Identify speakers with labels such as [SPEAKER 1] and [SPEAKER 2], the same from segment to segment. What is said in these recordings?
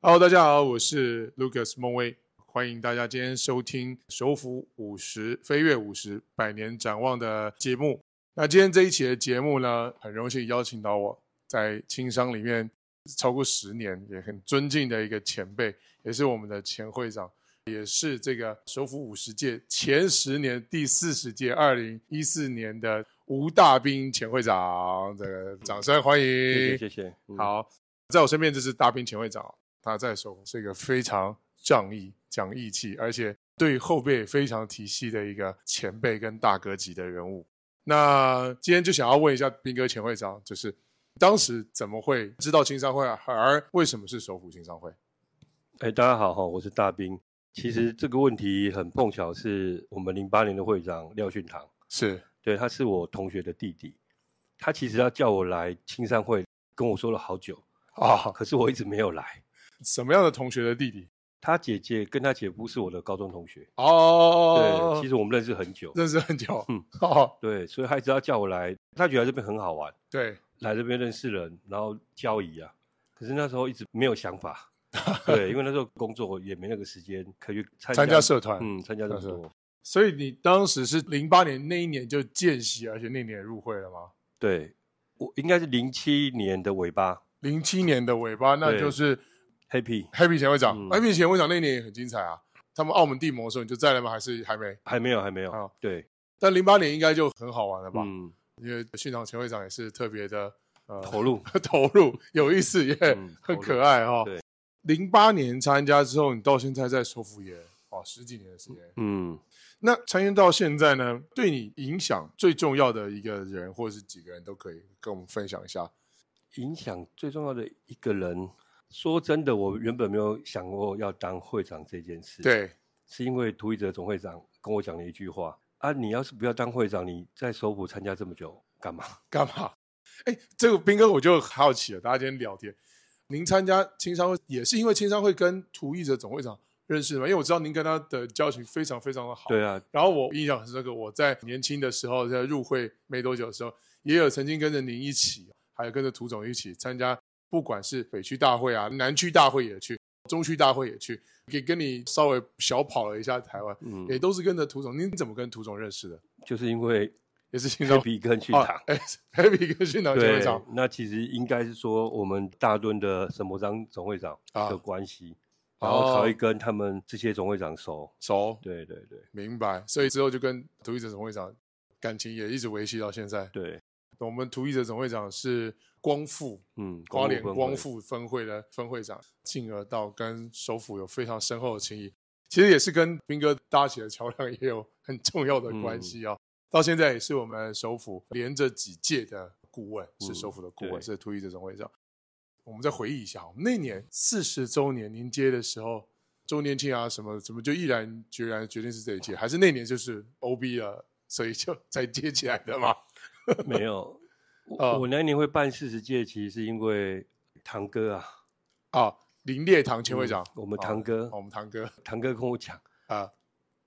[SPEAKER 1] Hello，大家好，我是 Lucas 孟威，欢迎大家今天收听首府五十飞跃五十百年展望的节目。那今天这一期的节目呢，很荣幸邀请到我在轻商里面超过十年，也很尊敬的一个前辈，也是我们的前会长，也是这个首府五十届前十年第四十届二零一四年的吴大兵前会长，这个掌声欢
[SPEAKER 2] 谢谢
[SPEAKER 1] 迎。
[SPEAKER 2] 谢谢。嗯，
[SPEAKER 1] 好，在我身边这是大兵前会长，他在手是一个非常仗义、讲义气，而且对后辈也非常提携的一个前辈跟大哥级的人物。那今天就想要问一下兵哥前会长，就是当时怎么会知道青商会，啊而为什么是首府青商会？
[SPEAKER 2] 哎，大家好哈，我是大兵。其实这个问题很碰巧，是我们零八年的会长廖训堂，
[SPEAKER 1] 是
[SPEAKER 2] 对，他是我同学的弟弟。他其实要叫我来青山会，跟我说了好久，
[SPEAKER 1] 啊，
[SPEAKER 2] 可是我一直没有来。
[SPEAKER 1] 什么样的同学的弟弟？
[SPEAKER 2] 他姐姐跟他姐夫是我的高中同学，
[SPEAKER 1] 哦，
[SPEAKER 2] 对，其实我们认识很久，
[SPEAKER 1] 认识很久，
[SPEAKER 2] 嗯，
[SPEAKER 1] 哦，
[SPEAKER 2] 对，所以他一直要叫我来。他觉得这边很好玩，
[SPEAKER 1] 对，
[SPEAKER 2] 来这边认识人，然后交易啊。可是那时候一直没有想 法，对，因为那时候工作也没那个时间可以去参
[SPEAKER 1] 参加社团，
[SPEAKER 2] 嗯，参加这么
[SPEAKER 1] 那时候
[SPEAKER 2] 多。
[SPEAKER 1] 所以你当时是零八年那一年就见习，而且那年也入会了吗？
[SPEAKER 2] 对，我应该是零七年的尾巴
[SPEAKER 1] 零七年的尾巴，那
[SPEAKER 2] 对
[SPEAKER 1] 就是
[SPEAKER 2] ，Happy
[SPEAKER 1] Happy 前会长、
[SPEAKER 2] 嗯
[SPEAKER 1] h a p p y 前会长那一年也很精彩啊。他们澳门地魔的时候你就在了吗？还是还没？
[SPEAKER 2] 还没有，还没有。
[SPEAKER 1] 好
[SPEAKER 2] 对，
[SPEAKER 1] 但零八年应该就很好玩了吧？
[SPEAKER 2] 嗯，
[SPEAKER 1] 因为训长前会长也是特别的呃
[SPEAKER 2] 投入
[SPEAKER 1] 投入，有意思也、
[SPEAKER 2] 嗯
[SPEAKER 1] 很
[SPEAKER 2] 投入
[SPEAKER 1] 可爱哈、哦。
[SPEAKER 2] 对，
[SPEAKER 1] 零八年参加之后，你到现在在首府也哦十几年的时间。
[SPEAKER 2] 嗯，
[SPEAKER 1] 那参与到现在呢，对你影响最重要的一个人或是几个人都可以跟我们分享一下。
[SPEAKER 2] 影响最重要的一个人。说真的，我原本没有想过要当会长这件事。，
[SPEAKER 1] 对，
[SPEAKER 2] 是因为涂一哲总会长跟我讲了一句话啊，你要是不要当会长，你在首府参加这么久干嘛？
[SPEAKER 1] 干嘛？哎，这个斌哥我就好奇了，大家今天聊天，您参加青商会也是因为青商会跟涂艺者总会长认识的吗？因为我知道您跟他的交情非常非常的好。。
[SPEAKER 2] 对啊，
[SPEAKER 1] 然后我印象很深刻，我在年轻的时候在入会没多久的时候，也有曾经跟着您一起，还有跟着涂总一起参加，不管是北区大会啊、南区大会也去，中区大会也去，也跟你稍微小跑了一下台湾，
[SPEAKER 2] 嗯，
[SPEAKER 1] 也都是跟着涂总。您怎么跟涂总认识的？
[SPEAKER 2] 就是因为
[SPEAKER 1] 也是青商会
[SPEAKER 2] Happy 跟去
[SPEAKER 1] 啊
[SPEAKER 2] 堂。
[SPEAKER 1] 哎，Happy 跟训导前会
[SPEAKER 2] 对
[SPEAKER 1] 长，
[SPEAKER 2] 那其实应该是说我们大墩的沈伯章总会长
[SPEAKER 1] 啊
[SPEAKER 2] 的关系，
[SPEAKER 1] 哦
[SPEAKER 2] 然后才会跟他们这些总会长熟。
[SPEAKER 1] 熟，
[SPEAKER 2] 对对对
[SPEAKER 1] 明白。所以之后就跟涂艺者总会长感情也一直维系到现在。
[SPEAKER 2] 对，
[SPEAKER 1] 我们涂艺者总会长是光复
[SPEAKER 2] 嗯，
[SPEAKER 1] 花
[SPEAKER 2] 务
[SPEAKER 1] 莲
[SPEAKER 2] 分
[SPEAKER 1] 光
[SPEAKER 2] 会
[SPEAKER 1] 复分会的分会长，进而到跟首府有非常深厚的情谊。其实也是跟兵哥搭起的桥梁也有很重要的关系
[SPEAKER 2] 嗯
[SPEAKER 1] 啊、到现在也是我们首府连着几届的顾问，是
[SPEAKER 2] 嗯
[SPEAKER 1] 首府的顾问，
[SPEAKER 2] 对
[SPEAKER 1] 是涂艺者总会长。我们再回忆一下，我们那年四十周年您接的时候，周年庆啊什么，怎么就毅然决然决定是这一届？还是那年就是 OB 了，所以就才接起来的嘛？
[SPEAKER 2] 没 有。
[SPEAKER 1] 啊
[SPEAKER 2] 我我那一年会办四十届，其实是因为堂哥啊，
[SPEAKER 1] 啊，林烈堂前会
[SPEAKER 2] 嗯
[SPEAKER 1] 长，
[SPEAKER 2] 我们
[SPEAKER 1] 啊
[SPEAKER 2] 堂哥
[SPEAKER 1] 啊我们堂哥
[SPEAKER 2] 堂哥跟我讲，
[SPEAKER 1] 啊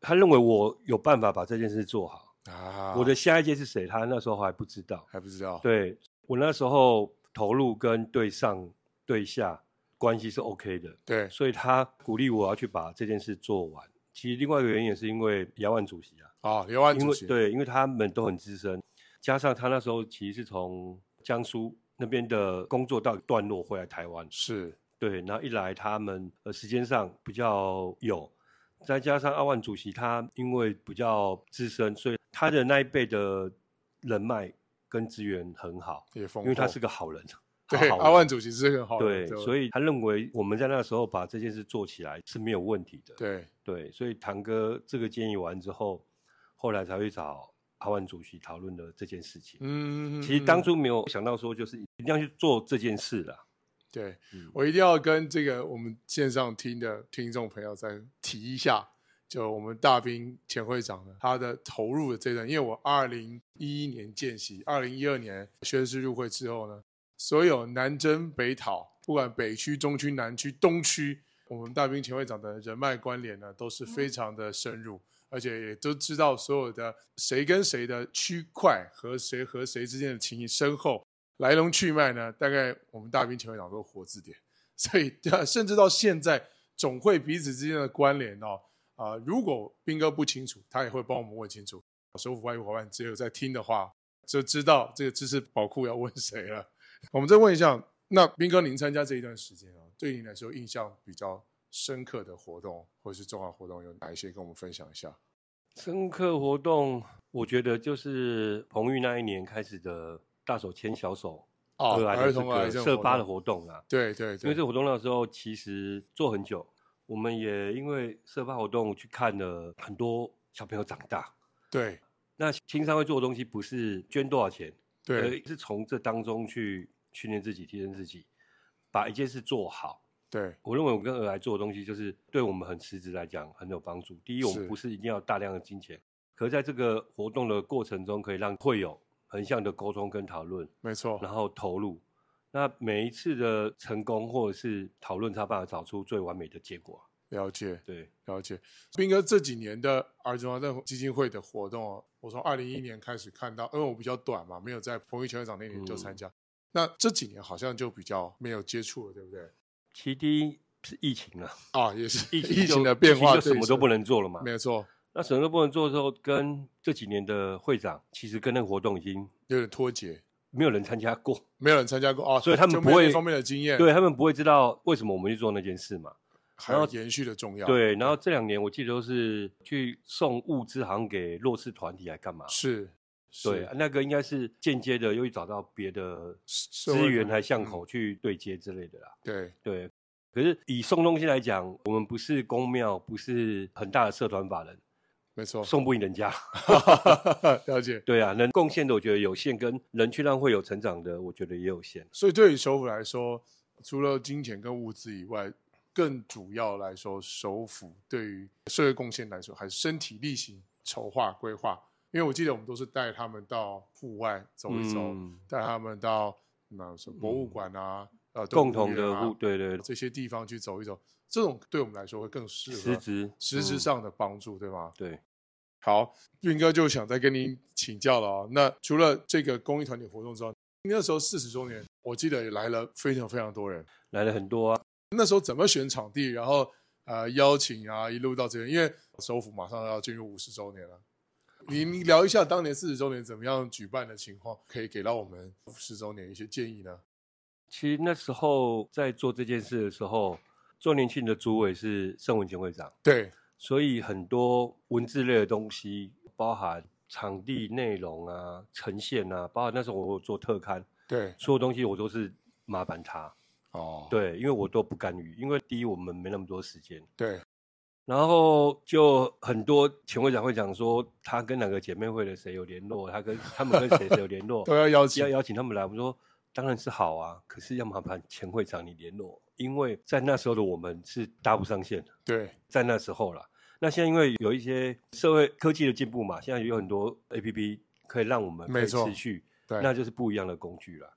[SPEAKER 2] 他认为我有办法把这件事做好。
[SPEAKER 1] 啊，
[SPEAKER 2] 我的下一届是谁，他那时候还不知道。
[SPEAKER 1] 还不知道，
[SPEAKER 2] 对我那时候投入跟对上对下关系是 OK 的，
[SPEAKER 1] 对
[SPEAKER 2] 所以他鼓励我要去把这件事做完。其实另外一个原因也是因为姚万主席啊，
[SPEAKER 1] 啊，刘安
[SPEAKER 2] 因
[SPEAKER 1] 主
[SPEAKER 2] 为
[SPEAKER 1] 席，
[SPEAKER 2] 对，因为他们都很资深，加上他那时候其实是从江苏那边的工作到段落回来台湾，
[SPEAKER 1] 是
[SPEAKER 2] 对，然后一来他们呃时间上比较有，再加上阿万主席他因为比较资深，所以他的那一辈的人脉跟资源很好，
[SPEAKER 1] 也丰
[SPEAKER 2] 因
[SPEAKER 1] 厚，
[SPEAKER 2] 为他是个好人，他
[SPEAKER 1] 哦对
[SPEAKER 2] 好
[SPEAKER 1] 阿
[SPEAKER 2] 人
[SPEAKER 1] 万主席是很好的，
[SPEAKER 2] 对，所
[SPEAKER 1] 以
[SPEAKER 2] 以他认为我们在那时候把这件事做起来是没有问题的。
[SPEAKER 1] 对
[SPEAKER 2] 对，所以堂哥这个建议完之后，后来才会找阿万主席讨论了这件事情。
[SPEAKER 1] 嗯，
[SPEAKER 2] 其实当初没有想到说，就是一定要去做这件事啦。
[SPEAKER 1] 对
[SPEAKER 2] 嗯
[SPEAKER 1] 我一定要跟这个我们线上听的听众朋友再提一下，就我们大兵前会长呢，他的投入的这段，因为我二零一一年见习，二零一二年宣誓入会之后呢，所有南征北讨，不管北区、中区、南区、东区，我们大兵前会长的人脉关联呢，都是非常的深入，而且也都知道所有的谁跟谁的区块和谁和谁之间的情谊深厚，来龙去脉呢，大概我们大兵前会长都活字典， 所以呃甚至到现在总会彼此之间的关联哦。啊、如果斌哥不清楚，他也会帮我们问清楚。首府外务伙伴只有在听的话，就知道这个知识宝库要问谁了。 我们再问一下，那斌哥，您参加这一段时间啊，对您来说印象比较深刻的活动或是重要活动有哪一些？跟我们分享一下。
[SPEAKER 2] 深刻活动，我觉得就是彭玉那一年开始的大手牵小手，
[SPEAKER 1] 哦
[SPEAKER 2] 儿
[SPEAKER 1] 儿
[SPEAKER 2] 的这
[SPEAKER 1] 童癌
[SPEAKER 2] 个
[SPEAKER 1] 症
[SPEAKER 2] 啊社
[SPEAKER 1] 活
[SPEAKER 2] 八的
[SPEAKER 1] 动
[SPEAKER 2] 活动啊。
[SPEAKER 1] 对对
[SPEAKER 2] 因为
[SPEAKER 1] 对，
[SPEAKER 2] 这活动那时候其实做很久，我们也因为社发活动去看了很多小朋友长大。
[SPEAKER 1] 对
[SPEAKER 2] 那青商会做的东西不是捐多少钱，而
[SPEAKER 1] 对
[SPEAKER 2] 是从这当中去训练自己、提升自己，把一件事做好。
[SPEAKER 1] 对
[SPEAKER 2] 我认为我跟尔来做的东西，就是对我们很实质来讲很有帮助。第一，我
[SPEAKER 1] 是
[SPEAKER 2] 们不是一定要大量的金钱，可是在这个活动的过程中，可以让会有横向的沟通跟讨论，
[SPEAKER 1] 没错，
[SPEAKER 2] 然后投入。那每一次的成功或者是讨论，他办法找出最完美的结果。
[SPEAKER 1] 了解
[SPEAKER 2] 对，
[SPEAKER 1] 了解。斌哥这几年的儿童癌症基金会的活动哦，我从二零一一年开始看到，因为我比较短嘛，没有在彭玉前会长那年就
[SPEAKER 2] 嗯
[SPEAKER 1] 参加。那这几年好像就比较没有接触了，对不对？
[SPEAKER 2] 其第一是疫情啊，
[SPEAKER 1] 啊，也是
[SPEAKER 2] 疫情 就
[SPEAKER 1] 的变化，
[SPEAKER 2] 疫情就什么都不，能做了嘛
[SPEAKER 1] 没。有错，
[SPEAKER 2] 那什么都不能做之后，跟这几年的会长其实跟那个活动已经
[SPEAKER 1] 有点脱节，
[SPEAKER 2] 没有人参加过，
[SPEAKER 1] 没有人参加过啊，
[SPEAKER 2] 所以他们
[SPEAKER 1] 就没有
[SPEAKER 2] 不会
[SPEAKER 1] 这方面的经验，
[SPEAKER 2] 对他们不会知道为什么我们去做那件事嘛。
[SPEAKER 1] 还有
[SPEAKER 2] 然后
[SPEAKER 1] 延续的重要，，
[SPEAKER 2] 对，然后这两年我记得都是去送物资，好像给弱势团体来干嘛？
[SPEAKER 1] 是，是
[SPEAKER 2] 对，啊那个应该是间接的，又去找到别的
[SPEAKER 1] 社会
[SPEAKER 2] 资源还巷
[SPEAKER 1] 嗯
[SPEAKER 2] 口去对接之类的啦。
[SPEAKER 1] 对，
[SPEAKER 2] 对，可是以送东西来讲，我们不是公庙，不是很大的社团法人，
[SPEAKER 1] 没错，
[SPEAKER 2] 送不赢人家。
[SPEAKER 1] 了解。
[SPEAKER 2] 对啊，能贡献的我觉得有限，跟能去让会有成长的，我觉得也有限。
[SPEAKER 1] 所以对于首府来说，除了金钱跟物资以外，更主要来说，首府对于社会贡献来说，还是身体力行筹划规划。因为我记得我们都是带他们到户外走一走，
[SPEAKER 2] 嗯
[SPEAKER 1] 带他们到那什么博物馆啊，呃，动物
[SPEAKER 2] 共同
[SPEAKER 1] 园
[SPEAKER 2] 的
[SPEAKER 1] 啊
[SPEAKER 2] 互，对对，
[SPEAKER 1] 这些地方去走一走，这种对我们来说会更适
[SPEAKER 2] 实
[SPEAKER 1] 合
[SPEAKER 2] 质
[SPEAKER 1] 实质
[SPEAKER 2] 嗯
[SPEAKER 1] 上的帮助，对吗？
[SPEAKER 2] 对，
[SPEAKER 1] 好，运哥就想再跟您请教了哦。那除了这个公益团体活动之外，那时候四十周年，我记得也来了非常非常多人。
[SPEAKER 2] 来了很多啊，
[SPEAKER 1] 那时候怎么选场地，然后呃邀请啊，一路到这边，因为首府马上要进入五十周年了。您您聊一下当年四十周年怎么样举办的情况，可以给到我们五十周年一些建议呢？
[SPEAKER 2] 其实那时候在做这件事的时候，周年庆的主委是盛文前会长，
[SPEAKER 1] 对，
[SPEAKER 2] 所以很多文字类的东西，包含场地内容啊、呈现啊，包含那时候我有做特刊，
[SPEAKER 1] 对，
[SPEAKER 2] 所有东西我都是麻烦他。
[SPEAKER 1] 哦，
[SPEAKER 2] 对，因为我都不干预，因为第一我们没那么多时间，
[SPEAKER 1] 对，
[SPEAKER 2] 然后就很多前会长会讲说，他跟哪个姐妹会的谁有联络，他跟他们跟谁谁有联络，
[SPEAKER 1] 都要邀请
[SPEAKER 2] 要，邀请他们来，我们说当然是好啊，可是要麻烦前会长你联络，因为在那时候的我们是搭不上线的，
[SPEAKER 1] 对，
[SPEAKER 2] 在那时候啦。那现在因为有一些社会科技的进步嘛，现在有很多 A P P 可以让我们可
[SPEAKER 1] 没
[SPEAKER 2] 以
[SPEAKER 1] 错
[SPEAKER 2] 持续，
[SPEAKER 1] 对，
[SPEAKER 2] 那就是不一样的工具啦。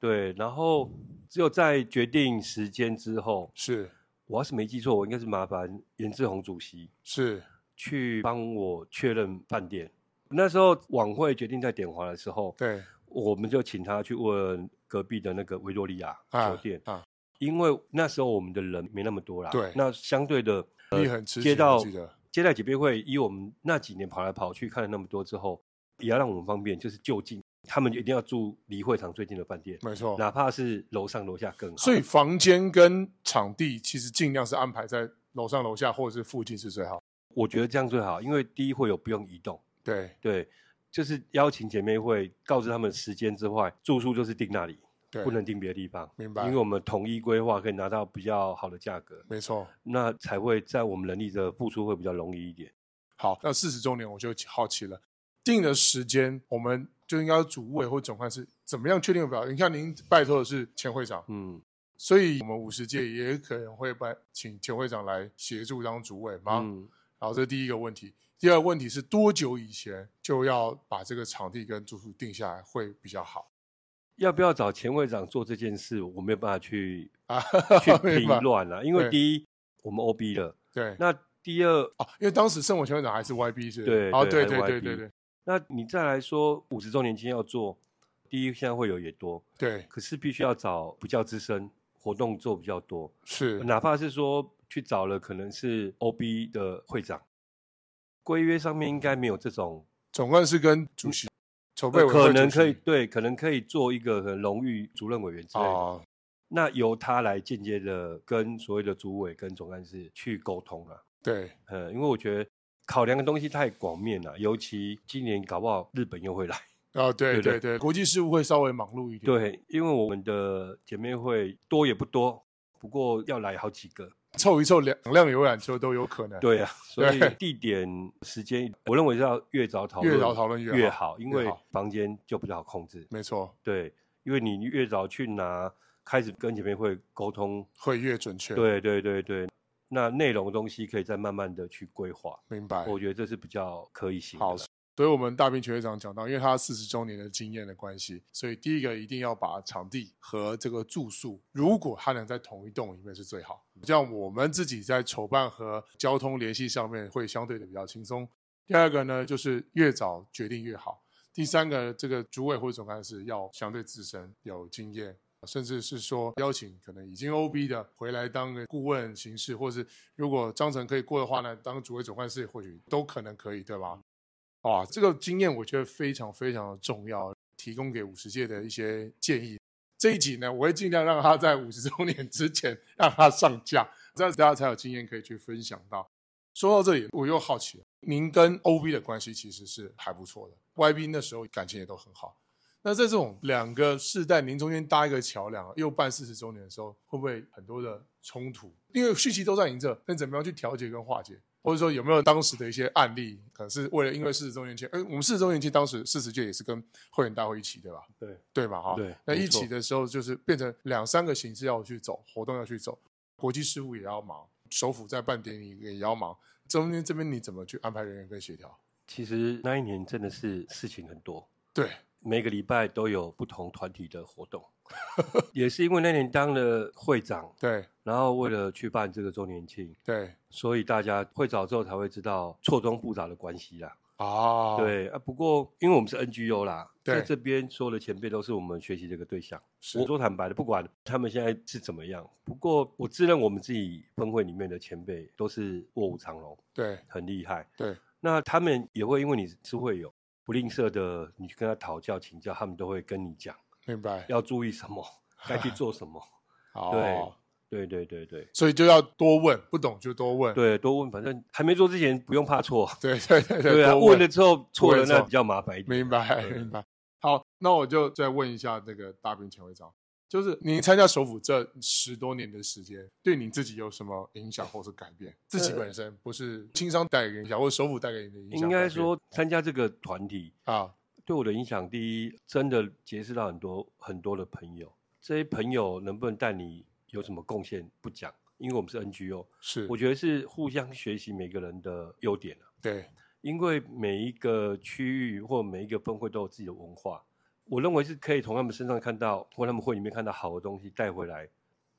[SPEAKER 2] 对，然后只有在决定时间之后，
[SPEAKER 1] 是
[SPEAKER 2] 我要是没记错，我应该是麻烦严志宏主席
[SPEAKER 1] 是
[SPEAKER 2] 去帮我确认饭店。那时候晚会决定在点华的时候，
[SPEAKER 1] 对
[SPEAKER 2] 我们就请他去问隔壁的那个维多利亚
[SPEAKER 1] 啊
[SPEAKER 2] 酒店，
[SPEAKER 1] 啊，
[SPEAKER 2] 因为那时候我们的人没那么多啦。
[SPEAKER 1] 对
[SPEAKER 2] 那相对的
[SPEAKER 1] 你很持
[SPEAKER 2] 呃接
[SPEAKER 1] 久，我
[SPEAKER 2] 到
[SPEAKER 1] 记得
[SPEAKER 2] 接待姐妹会，以我们那几年跑来跑去看了那么多之后，也要让我们方便，就是就近，他们一定要住离会场最近的饭店，
[SPEAKER 1] 没错，
[SPEAKER 2] 哪怕是楼上楼下更好。
[SPEAKER 1] 哦所以房间跟场地其实尽量是安排在楼上楼下或者是附近是最好。
[SPEAKER 2] 我觉得这样最好，因为第一会有不用移动，
[SPEAKER 1] 对
[SPEAKER 2] 对，就是邀请姐妹会，告知他们时间之外，住宿就是定那里，
[SPEAKER 1] 对，
[SPEAKER 2] 不能定别的地方。
[SPEAKER 1] 明白
[SPEAKER 2] 因为我们统一规划可以拿到比较好的价格，
[SPEAKER 1] 没错。
[SPEAKER 2] 那才会在我们能力的付出会比较容易一点。
[SPEAKER 1] 好，那四十周年我就好奇了，定的时间我们就应该主委或总干事怎么样确定表？你看您拜托的是前会长，
[SPEAKER 2] 嗯，
[SPEAKER 1] 所以我们五十届也可能会拜请前会长来协助当主委吗？
[SPEAKER 2] 嗯
[SPEAKER 1] 然后这是第一个问题。第二个问题是多久以前就要把这个场地跟住宿定下来会比较好
[SPEAKER 2] 要不要找前会长做这件事，我没有办法去
[SPEAKER 1] 啊？
[SPEAKER 2] 去
[SPEAKER 1] 明
[SPEAKER 2] 评
[SPEAKER 1] 白
[SPEAKER 2] 论了，因为
[SPEAKER 1] 对
[SPEAKER 2] 第一我们 OB 了，
[SPEAKER 1] 对，
[SPEAKER 2] 那第二，
[SPEAKER 1] 哦，因为当时圣文前会长还是 YB 是不是
[SPEAKER 2] 对
[SPEAKER 1] 哦，对
[SPEAKER 2] 对
[SPEAKER 1] 对
[SPEAKER 2] 还
[SPEAKER 1] 对
[SPEAKER 2] 是
[SPEAKER 1] 对
[SPEAKER 2] YB
[SPEAKER 1] 对
[SPEAKER 2] 那你再来说五十周年庆要做，第一现在会有也多，
[SPEAKER 1] 对，
[SPEAKER 2] 可是必须要找比较资深活动做比较多，
[SPEAKER 1] 是
[SPEAKER 2] 哪怕是说去找了可能是 OB 的会长，规约上面应该没有这种，
[SPEAKER 1] 总干事跟主席筹备委员哦会
[SPEAKER 2] 呃可能
[SPEAKER 1] 主席
[SPEAKER 2] 可以对，可能可以做一个可能荣誉主任委员之类的。
[SPEAKER 1] 哦，
[SPEAKER 2] 那由他来间接的跟所谓的主委跟总干事去沟通啊。
[SPEAKER 1] 对，
[SPEAKER 2] 呃，因为我觉得考量的东西太广面了，尤其今年搞不好日本又 会来。
[SPEAKER 1] 哦，对
[SPEAKER 2] 对
[SPEAKER 1] 对
[SPEAKER 2] 对
[SPEAKER 1] 对，国际事务会稍微忙碌一点，，
[SPEAKER 2] 对，因为我们的姐妹会多也不多，不过要来好几个。
[SPEAKER 1] 凑一凑两两辆游览车都有可能，，
[SPEAKER 2] 对啊，所以
[SPEAKER 1] 对
[SPEAKER 2] 地点、时间，我认为是要越早讨论
[SPEAKER 1] 越早讨论越好
[SPEAKER 2] 越好，因
[SPEAKER 1] 越
[SPEAKER 2] 为
[SPEAKER 1] 好
[SPEAKER 2] 房间就比较好控制。
[SPEAKER 1] 没错，
[SPEAKER 2] 对，因为你越早去拿，开始跟姐妹会沟通，
[SPEAKER 1] 会越准确，，
[SPEAKER 2] 对对对对，那内容的东西可以再慢慢的去规划，
[SPEAKER 1] 明白。
[SPEAKER 2] 我觉得这是比较可以行的
[SPEAKER 1] 好
[SPEAKER 2] 啦。，
[SPEAKER 1] 所以我们大兵全会长讲到，因为他四十周年的经验的关系，所以第一个一定要把场地和这个住宿，如果他能在同一栋里面是最好。这样我们自己在筹办和交通联系上面会相对的比较轻松。第二个呢，就是越早决定越好。第三个，这个主委或总干事要相对资深、有经验，甚至是说邀请可能已经 OB 的回来当个顾问形式，或是如果章程可以过的话呢，当主委总干事或许都可能可以，对吧？哇，啊这个经验我觉得非常非常的重要，提供给五十届的一些建议。这一集呢，我会尽量让它在五十周年之前让它上架，这样子大家才有经验可以去分享到。说到这里，我又好奇了，您跟 OB 的关系其实是还不错的，YB 那时候感情也都很好。那在这种两个世代，您中间搭一个桥梁，又办四十周年的时候，会不会很多的冲突？因为讯息都在您这，但怎么样去调节跟化解？或者说有没有当时的一些案例，可能是为了因为四十周年庆，哎，我们四十周年庆当时四十届也是跟会员大会一起，对吧？
[SPEAKER 2] 对，
[SPEAKER 1] 对嘛哈？
[SPEAKER 2] 对
[SPEAKER 1] 那
[SPEAKER 2] 没
[SPEAKER 1] 一起
[SPEAKER 2] 错
[SPEAKER 1] 的时候就是变成两三个形式要去走，活动要去走，国际事务也要忙，首府在办典礼也要忙，中间这边你怎么去安排人员跟协调？
[SPEAKER 2] 其实那一年真的是事情很多，
[SPEAKER 1] 对，
[SPEAKER 2] 每个礼拜都有不同团体的 活动，也是因为那年当了会长，
[SPEAKER 1] 对，
[SPEAKER 2] 然后为了去办这个周年庆，
[SPEAKER 1] 对，
[SPEAKER 2] 所以大家会早之后才会知道错综复杂的关系啦。
[SPEAKER 1] 啊，，
[SPEAKER 2] 对啊，不过因为我们是 NGO 啦，
[SPEAKER 1] 对
[SPEAKER 2] 在这边所有的前辈都是我们学习的一个对象。
[SPEAKER 1] 是
[SPEAKER 2] 我说坦白的，不管他们现在是怎么样，不过我自认我们自己分会里面的前辈都是卧虎藏龙，
[SPEAKER 1] 对，
[SPEAKER 2] 很厉害。
[SPEAKER 1] 对，
[SPEAKER 2] 那他们也会因为你是会有不吝啬的，你去跟他讨教请教，他们都会跟你讲
[SPEAKER 1] 明白，
[SPEAKER 2] 要注意什么，该去做什么。
[SPEAKER 1] 哦，
[SPEAKER 2] 对对对对
[SPEAKER 1] 所以就要多问，不懂就多问，
[SPEAKER 2] 对，多问，反正还没做之前不用怕错。
[SPEAKER 1] 对，对， 对，
[SPEAKER 2] 对啊，
[SPEAKER 1] 多
[SPEAKER 2] 问了之后错
[SPEAKER 1] 问了
[SPEAKER 2] 了
[SPEAKER 1] 之后
[SPEAKER 2] 那比较麻烦一点。
[SPEAKER 1] 明白，
[SPEAKER 2] 对
[SPEAKER 1] 明白。好，那我就再问一下那个大兵前会长，就是您参加首府这十多年的时间，对你自己有什么影响或是改变？自己本身不是轻商带给你的影响，或者首府带给你的影响？
[SPEAKER 2] 呃应该说参加这个团体
[SPEAKER 1] 啊，
[SPEAKER 2] 对我的影响，第一，真的结识到很多很多的朋友。这些朋友能不能带你有什么贡献不讲，因为我们是 NGO，
[SPEAKER 1] 是，
[SPEAKER 2] 我觉得是互相学习每个人的优点啊。
[SPEAKER 1] 对，
[SPEAKER 2] 因为每一个区域或每一个分会都有自己的文化，我认为是可以从他们身上看到，或他们会里面看到好的东西带回来，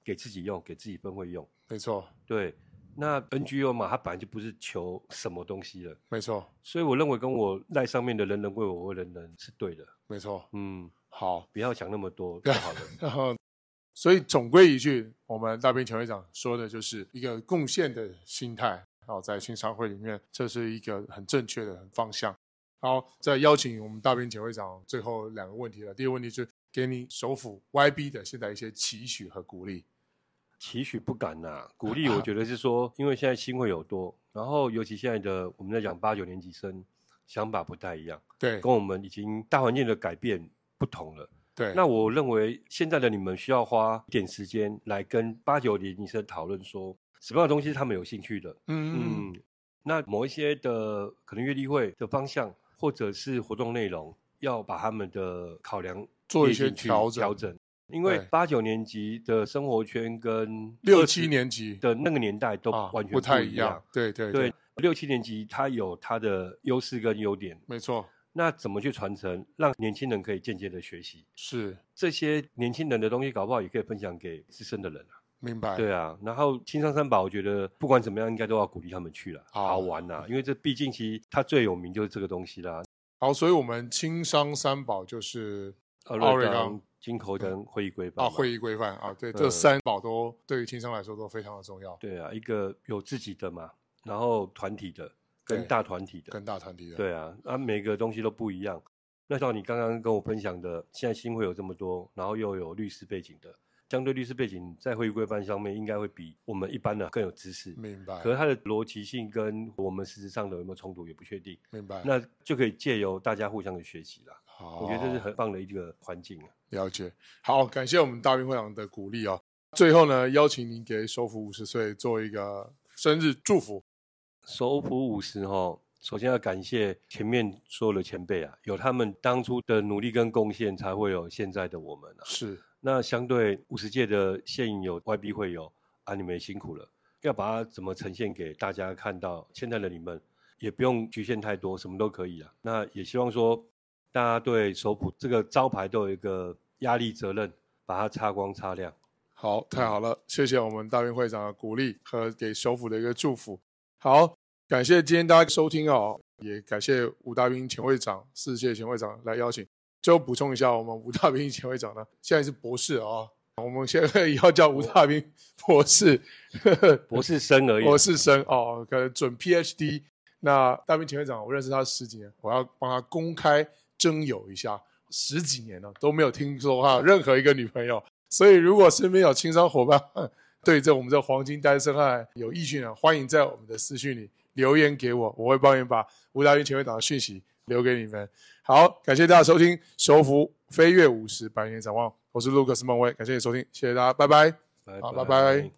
[SPEAKER 2] 给自己用，给自己分会用。
[SPEAKER 1] 没错，
[SPEAKER 2] 对，那 NGO 嘛，它本来就不是求什么东西了。
[SPEAKER 1] 没错，
[SPEAKER 2] 所以我认为跟我赖上面的人人为我为人人是对的。
[SPEAKER 1] 没错。
[SPEAKER 2] 嗯，
[SPEAKER 1] 好，
[SPEAKER 2] 不要想那么多就好了。
[SPEAKER 1] 然后，所以总归一句，我们大兵前会长说的就是一个贡献的心态。好，在青商会里面，这是一个很正确的方向。好，再邀请我们大兵前会长最后两个问题了。第一个问题是给你首府 YB 的现在一些期许和鼓励。
[SPEAKER 2] 期许不敢呐、 鼓励我觉得是说，因为现在新会有多，然后尤其现在的我们在讲八九年级生，想法不太一样，
[SPEAKER 1] 对
[SPEAKER 2] 跟我们已经大环境的改变不同了。
[SPEAKER 1] 对，
[SPEAKER 2] 那我认为现在的你们需要花一点时间来跟八九年级生讨论说，什么样的东西是他们有兴趣的，
[SPEAKER 1] 嗯嗯
[SPEAKER 2] 嗯，那某一些的可能阅历会的方向，或者是活动内容，要把他们的考量
[SPEAKER 1] 做一
[SPEAKER 2] 列
[SPEAKER 1] 些
[SPEAKER 2] 进去
[SPEAKER 1] 调整
[SPEAKER 2] 调整，因为
[SPEAKER 1] 对
[SPEAKER 2] 八九年级的生活圈跟
[SPEAKER 1] 六
[SPEAKER 2] 20
[SPEAKER 1] 七年级
[SPEAKER 2] 的那个年代都
[SPEAKER 1] 啊
[SPEAKER 2] 完全
[SPEAKER 1] 不太
[SPEAKER 2] 一
[SPEAKER 1] 样。。对对
[SPEAKER 2] 对，六七年级它有它的优势跟优点，
[SPEAKER 1] 没错，
[SPEAKER 2] 那怎么去传承，让年轻人可以间接的学习？
[SPEAKER 1] 是
[SPEAKER 2] 这些年轻人的东西，搞不好也可以分享给资深的人啊。
[SPEAKER 1] 明白。
[SPEAKER 2] 对啊，然后青山三宝，我觉得不管怎么样，应该都要鼓励他们去了，
[SPEAKER 1] 好
[SPEAKER 2] 好玩呐、
[SPEAKER 1] 嗯
[SPEAKER 2] 因为这毕竟其实它最有名就是这个东西啦，
[SPEAKER 1] 好，所以我们青商三宝就是
[SPEAKER 2] 奥
[SPEAKER 1] 哦奥瑞冈
[SPEAKER 2] 金口跟会议规范
[SPEAKER 1] 啊，
[SPEAKER 2] 嘛
[SPEAKER 1] 会议规范啊，对，这
[SPEAKER 2] 呃
[SPEAKER 1] 三宝都对于青商来说都非常的重要，
[SPEAKER 2] 对啊，一个有自己的嘛，然后团体的跟
[SPEAKER 1] 对
[SPEAKER 2] 大团体的，
[SPEAKER 1] 跟大团体的，
[SPEAKER 2] 对啊，啊每个东西都不一样。那到你刚刚跟我分享的，现在新会有这么多，然后又有律师背景的，相对律师背景在会议规范上面应该会比我们一般的更有知识，
[SPEAKER 1] 明白
[SPEAKER 2] 可，是它的逻辑性跟我们实质上的有没有冲突也不确定，
[SPEAKER 1] 明白。
[SPEAKER 2] 那就可以借由大家互相的学习啦。
[SPEAKER 1] 好，
[SPEAKER 2] 我觉得这是很棒的一个环境啊。
[SPEAKER 1] 了解。好，感谢我们大兵会长的鼓励哦。最后呢，邀请您给首府五十岁做一个生日祝福。
[SPEAKER 2] 首普五十哈，首先要感谢前面所有的前辈啊，有他们当初的努力跟贡献，才会有现在的我们啊。
[SPEAKER 1] 是，
[SPEAKER 2] 那相对五十届的现有 YB 会友啊，你们也辛苦了，要把它怎么呈现给大家看到？现在的你们也不用局限太多，什么都可以啊。那也希望说，大家对首普这个招牌都有一个压力责任，把它擦光擦亮。
[SPEAKER 1] 好，太好了，谢谢我们大兵会长的鼓励和给首府的一个祝福。好，感谢今天大家收听哦，也感谢吴大兵前会长、世界前会长来邀请。最后补充一下，我们吴大兵前会长呢，现在是博士哦，我们现在也要叫吴大兵博士。
[SPEAKER 2] 博士生而已啊，
[SPEAKER 1] 博士生哦，可能准 PhD。那大兵前会长，我认识他十几年，我要帮他公开征友一下，十几年了都没有听说他有任何一个女朋友。所以如果身边有青商伙伴 对这我们这黄金单身汉有意见的，啊欢迎在我们的私讯里留言给我，我会帮你把吴大兵前会长的讯息留给你们。好，感谢大家收听《手幅飞跃五十百年展望》，我是 Lucas 孟威，感谢你收听，谢谢大家，拜拜。
[SPEAKER 2] 拜
[SPEAKER 1] 好拜拜